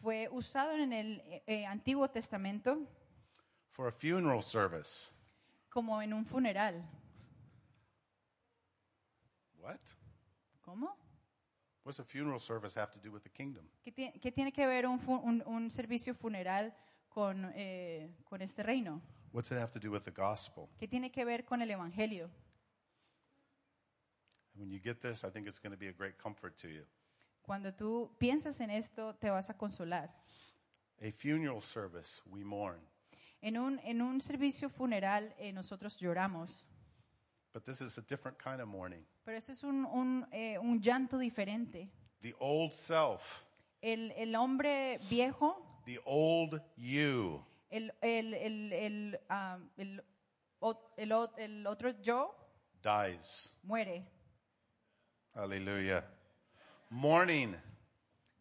B: fue usado en el eh, eh, Antiguo Testamento
A: for a funeral service.
B: como en un funeral.
A: What?
B: ¿Cómo?
A: What's a funeral service have to do with the kingdom?
B: ¿Qué, ti- qué tiene que ver un, fu- un- un servicio funeral con, eh, con este reino?
A: What's it have to do with the gospel?
B: ¿Qué tiene que ver con el Evangelio?
A: And when you get this, I think it's going to be a great comfort to you.
B: Cuando tú piensas en esto, te vas a consolar.
A: A funeral service, we mourn.
B: En un, en un servicio funeral eh, nosotros lloramos,
A: But this is a different kind of mourning.
B: pero ese es un, un, eh, un llanto diferente.
A: The old self,
B: El, el hombre viejo,
A: the old you,
B: el, el, el, el, ah, el o- el o- el otro yo
A: dies.
B: muere.
A: Hallelujah. Mourning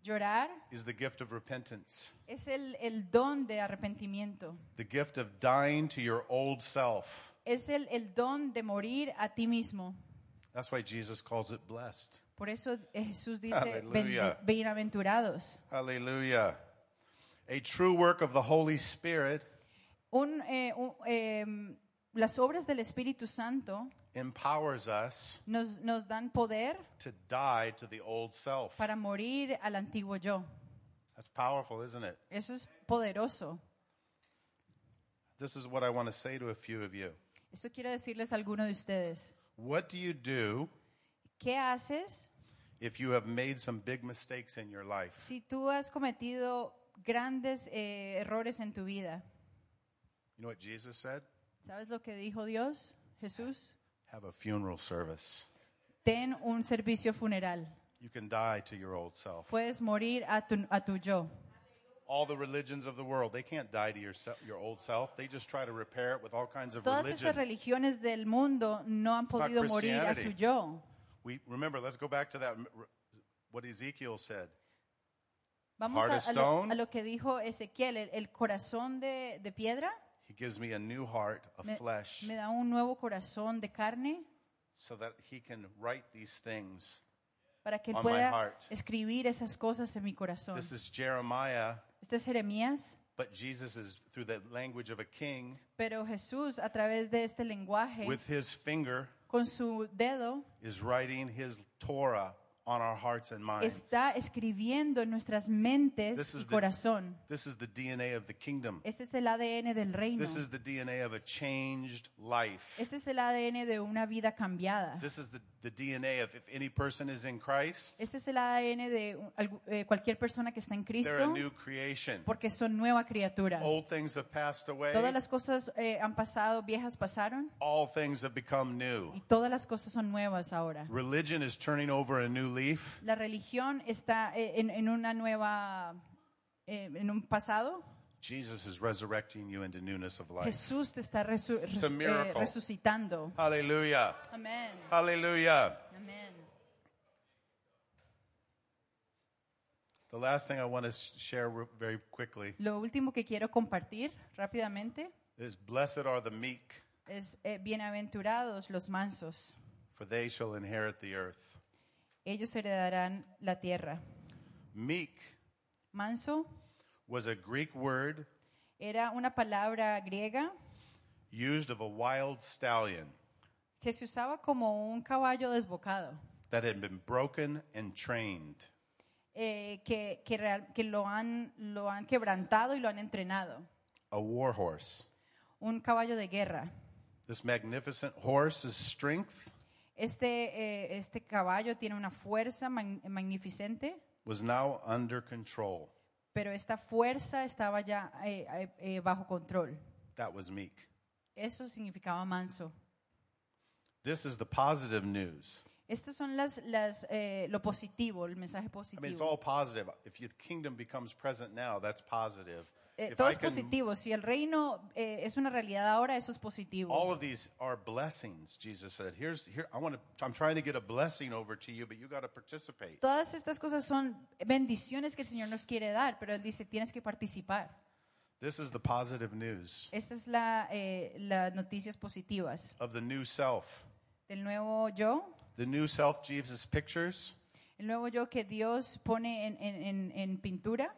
B: Llorar
A: is the gift of repentance,
B: es el, el don de arrepentimiento,
A: the gift of dying to your old self.
B: es el, el don de morir a ti mismo.
A: That's why Jesus calls it blessed.
B: Por eso eh, Jesús dice,
A: Aleluya.
B: "Bende- bienaventurados.
A: Hallelujah. A true work of the Holy Spirit
B: Un, eh, un, em, las obras del Espíritu Santo
A: empowers us
B: nos, nos dan poder
A: to die to the old self.
B: para morir al antiguo yo.
A: That's powerful, isn't it?
B: Eso es poderoso.
A: This is what I want to say to a few of you.
B: Esto quiero decirles a alguno de ustedes.
A: What do you do
B: ¿Qué haces
A: if you have made some big mistakes in your life?
B: si tú has cometido grandes eh, errores en tu vida?
A: You know what Jesus said?
B: ¿Sabes lo que dijo Dios, Jesús?
A: Have a funeral service.
B: Ten un servicio funeral.
A: You can die to your old self.
B: Puedes morir a tu, a tu yo.
A: All the religions of the world, they can't die to your, se- your old self. They just try to repair it with all kinds of
B: Todas esas
A: religion.
B: religiones del mundo no han
A: not
B: podido morir a su
A: Christianity.
B: yo.
A: We, remember, let's go back to that, what Ezekiel said.
B: Vamos
A: Heart
B: a,
A: of
B: a lo,
A: stone.
B: a lo que dijo Ezequiel, el, el corazón de, de piedra
A: He gives me a new heart of
B: me,
A: flesh
B: me da un nuevo corazón de carne
A: so that he can write these things.
B: para que él
A: On my
B: pueda
A: heart.
B: escribir esas cosas en mi corazón.
A: This is Jeremiah,
B: Este es Jeremías,
A: but Jesus is through the language of a king
B: pero Jesús a través de este lenguaje,
A: with his finger
B: con su dedo,
A: is writing his Torah on our hearts and minds.
B: está escribiendo en nuestras
A: This
B: mentes
A: is
B: y
A: the-
B: corazón.
A: This is the DNA of the kingdom.
B: Este es el ADN del reino.
A: This is the DNA of a changed life.
B: Este es el ADN de una vida cambiada.
A: This is the, the DNA of if any person is in Christ,
B: Este es el ADN de un- algu- eh, cualquier persona que está en
A: they're a
B: Cristo,
A: new creation.
B: porque son nueva criatura.
A: Old things have passed away,
B: Todas las cosas eh, han pasado, viejas pasaron,
A: all things have become new.
B: y todas las cosas son nuevas ahora.
A: Religion is turning over a new leaf.
B: La religión está eh, en, en una nueva, eh, en un pasado.
A: Jesus is resurrecting you into newness of life.
B: Jesús te está resu-
A: It's a
B: resu- eh,
A: miracle.
B: resucitando.
A: Hallelujah.
B: Amén.
A: Hallelujah.
B: Amén.
A: The last thing I want to s- share re- very quickly
B: Lo último que quiero compartir rápidamente
A: is blessed are the meek,
B: es eh, bienaventurados los mansos.
A: for they shall inherit the earth.
B: Ellos heredarán la tierra.
A: Meek
B: Manso
A: was a Greek word
B: era una palabra griega
A: used of a wild stallion
B: que se usaba como un caballo desbocado,
A: that had been broken and trained.
B: eh, que, que real- que lo, han, lo han quebrantado y lo han entrenado.
A: A war horse.
B: Un caballo de guerra.
A: This magnificent horse's strength
B: Este, eh, este caballo tiene una fuerza man- magnificente,
A: was now under control.
B: pero esta fuerza estaba ya eh, eh, eh, bajo control.
A: That was meek.
B: Eso significaba manso.
A: This is the positive news.
B: Estos son las, las, eh, lo positivo, el mensaje
A: I mean, it's
B: positivo.
A: all positive. If your kingdom becomes present now, that's positive.
B: Eh,
A: if
B: todo
A: I
B: es
A: can,
B: positivo. Si el reino eh, es una realidad ahora, eso es positivo.
A: all of these are blessings. Jesus said, "Here's here. I want to. I'm trying to get a blessing over to you, but you got to participate.
B: Todas estas cosas son bendiciones que el Señor nos quiere dar, pero Él dice, tienes que participar.
A: This is the positive news
B: Estas es la, eh, las noticias positivas
A: of the new self.
B: del nuevo yo,
A: The new self Jesus pictures
B: el nuevo yo que Dios pone en, en- en- en pintura.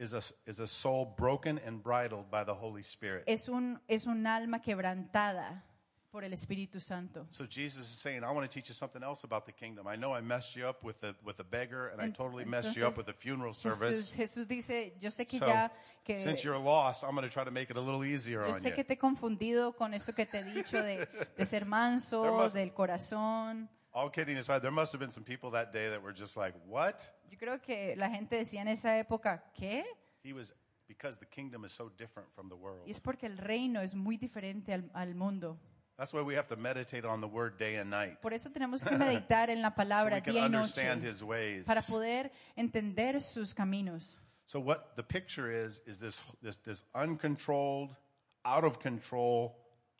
A: is a is a soul broken and bridled by the Holy Spirit.
B: Es un, es un alma quebrantada por el Espíritu Santo.
A: So Jesus is saying, I want to teach you something else about the kingdom. I know I messed you up with the with the beggar, and I
B: En-
A: totally messed you up
B: entonces,
A: with the funeral
B: Jesús,
A: service.
B: Jesús dice, yo sé que
A: So,
B: ya que
A: since you're lost, I'm going to try to make it a little easier
B: yo
A: on
B: sé
A: you.
B: que te he confundido con esto que te he dicho de, de ser manso,
A: There must-
B: del corazón.
A: All kidding aside, there must have been some people that day that were just like, "What?"
B: Yo creo que la gente decía en esa época, ¿qué?
A: He was because the kingdom is so different from the world.
B: Y es porque el reino es muy diferente al, al mundo.
A: That's why we have to meditate on the word day and night,
B: Por eso tenemos que meditar en la
A: so
B: palabra
A: we can
B: día y
A: understand
B: noche
A: His ways.
B: para poder entender sus caminos.
A: So what the picture is is this this this uncontrolled, out of control,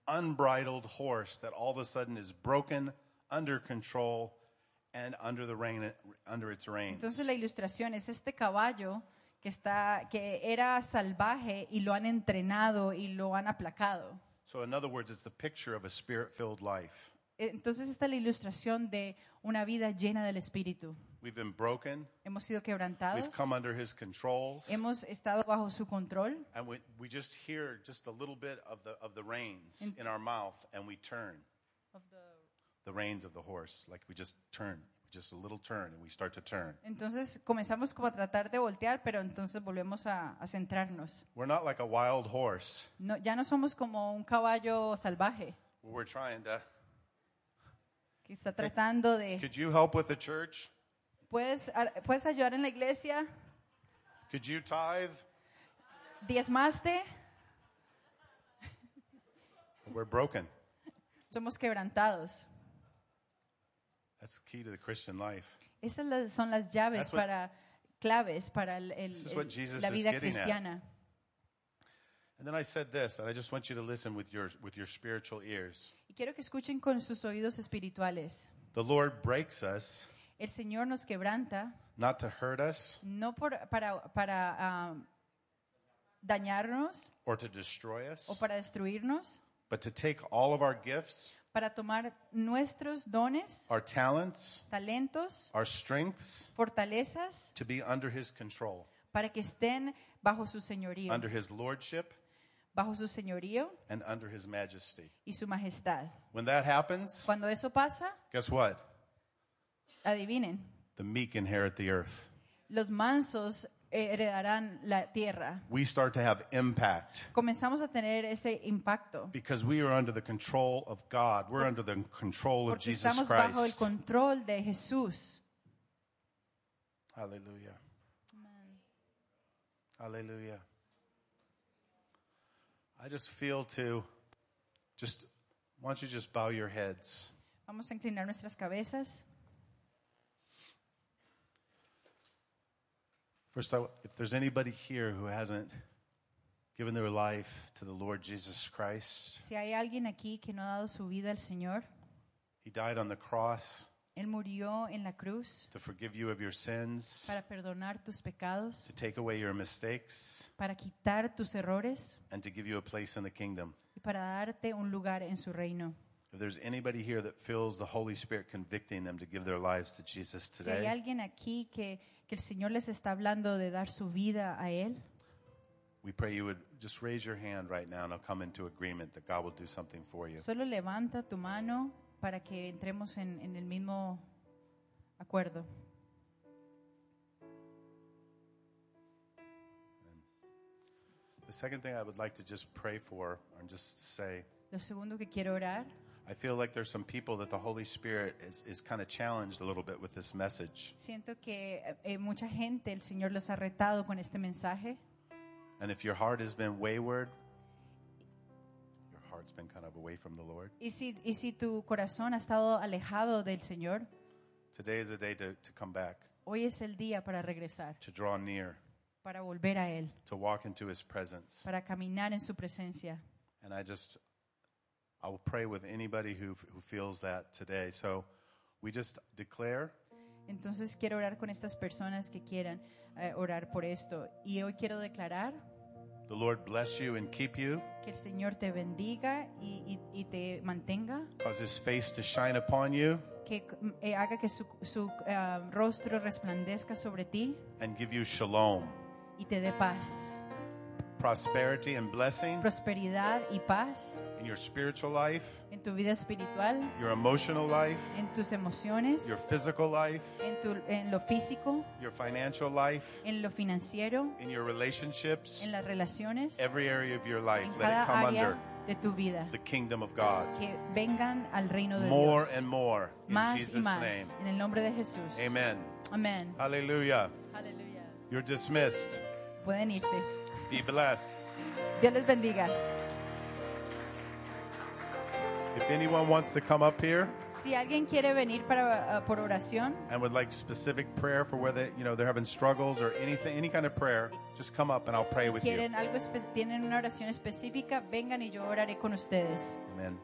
A: unbridled horse that all of a sudden is broken, under control, and under the reign under its reign.
B: Entonces la ilustración es este caballo que está que era salvaje y lo han entrenado y lo han aplacado.
A: So in other words, it's the picture of a spirit-filled life.
B: Entonces está la ilustración de una vida llena del espíritu.
A: We've been broken,
B: Hemos sido
A: we've
B: quebrantados,
A: come under his controls,
B: hemos estado bajo su control
A: and we, we just hear just a little bit of the of the reins in our mouth and we turn. The reins of the horse, like we just turn, just a little turn, and we start to turn.
B: Entonces comenzamos como a tratar de voltear, pero entonces volvemos a, a centrarnos.
A: We're not like a wild horse
B: No, ya no somos como un caballo salvaje
A: where we're trying to.
B: que está tratando de...
A: Could you help with the church?
B: ¿Puedes, ar- ¿puedes ayudar en la iglesia?
A: Could you tithe?
B: ¿Diezmaste?
A: We're broken.
B: Somos quebrantados.
A: That's the key to the Christian life.
B: Esas las- son las llaves
A: That's what-
B: para claves para el- el-
A: This is what
B: el-
A: Jesus
B: la
A: is
B: vida
A: getting at.
B: cristiana.
A: And then I said this, and I just want you to listen with your with your spiritual ears.
B: Y quiero que escuchen con sus oídos espirituales.
A: The Lord breaks us
B: El Señor nos quebranta
A: not to hurt us
B: no por- para, para ah, dañarnos
A: or to destroy us,
B: o para destruirnos,
A: but to take all of our gifts,
B: para tomar nuestros dones,
A: our talents,
B: talentos,
A: our strengths,
B: fortalezas,
A: to be under His control,
B: para que estén bajo su señorío,
A: under His lordship,
B: bajo su señorío
A: and under His majesty.
B: y su majestad.
A: When that happens,
B: Cuando eso pasa,
A: guess what?
B: adivinen,
A: The meek inherit the earth.
B: los mansos eh, heredarán la tierra.
A: we start to have impact
B: comenzamos a tener ese impacto.
A: because we are under the control of God. We're under the control of
B: Porque
A: Jesus
B: estamos bajo el
A: Christ.
B: control de Jesús.
A: Hallelujah. Hallelujah. I just feel to just why don't you just bow your heads?
B: Vamos a inclinar nuestras cabezas.
A: First, I, if there's anybody here who hasn't given their life to the Lord Jesus Christ,
B: Si hay alguien aquí que no ha dado su vida al Señor,
A: He died on the cross
B: Él murió en la cruz
A: to forgive you of your sins,
B: para perdonar tus pecados,
A: to take away your mistakes,
B: para quitar tus errores
A: and to give you a place in the kingdom.
B: y para darte un lugar en su reino.
A: If there's anybody here that feels the Holy Spirit convicting them to give their lives to Jesus
B: Si hay
A: today,
B: alguien aquí que, que el Señor les está hablando de dar su vida a Él,
A: we pray you would just raise your hand right now and I'll come into agreement that God will do something for you.
B: solo levanta tu mano para que entremos en- en el mismo acuerdo.
A: The second thing I would like to just pray for and just say,
B: Lo segundo que quiero orar
A: I feel like there's some people that the Holy Spirit is, is kind of challenged a little bit with this message.
B: Siento que eh, eh, mucha gente, el Señor los ha retado con este mensaje.
A: And if your heart has been wayward, your heart's been kind of away from the Lord,
B: Y si, y si tu corazón ha estado alejado del Señor,
A: today is a day to, to come back,
B: hoy es el día para regresar,
A: to draw near,
B: para volver a Él,
A: to walk into His presence.
B: para caminar en su presencia.
A: And I just, I will pray with anybody who, who feels that today. So we just declare
B: Entonces quiero orar con estas personas que quieran eh, orar por esto. Y hoy quiero declarar
A: the Lord bless you and keep you,
B: que el Señor te bendiga y, y- y te mantenga,
A: cause His face to shine upon you,
B: que eh, haga que su, su, eh, rostro resplandezca sobre ti
A: and give you shalom,
B: y te dé paz,
A: prosperity and blessing
B: prosperidad y paz
A: in your spiritual life,
B: en tu vida espiritual,
A: your emotional life,
B: en tus emociones,
A: your physical life,
B: en, tu- en lo físico,
A: your financial life,
B: en lo financiero,
A: in your relationships,
B: en las relaciones,
A: every area of your life.
B: en
A: Let it come
B: cada
A: under
B: área de tu vida,
A: the kingdom of God
B: que vengan al reino de
A: more
B: Dios.
A: and more in
B: más y
A: Jesus' name.
B: más. En el nombre de Jesús.
A: Amen.
B: Amén.
A: Hallelujah.
B: Aleluya.
A: You're dismissed.
B: Pueden irse.
A: Be blessed.
B: Dios les bendiga.
A: If anyone wants to come up here
B: Si alguien quiere venir para, ah, por oración
A: and would like specific prayer for where they, you know, they're having struggles or anything, any kind of prayer, just come up and I'll pray with you.
B: quieren algo espe- tienen una oración específica, vengan y yo oraré con ustedes.
A: Amen.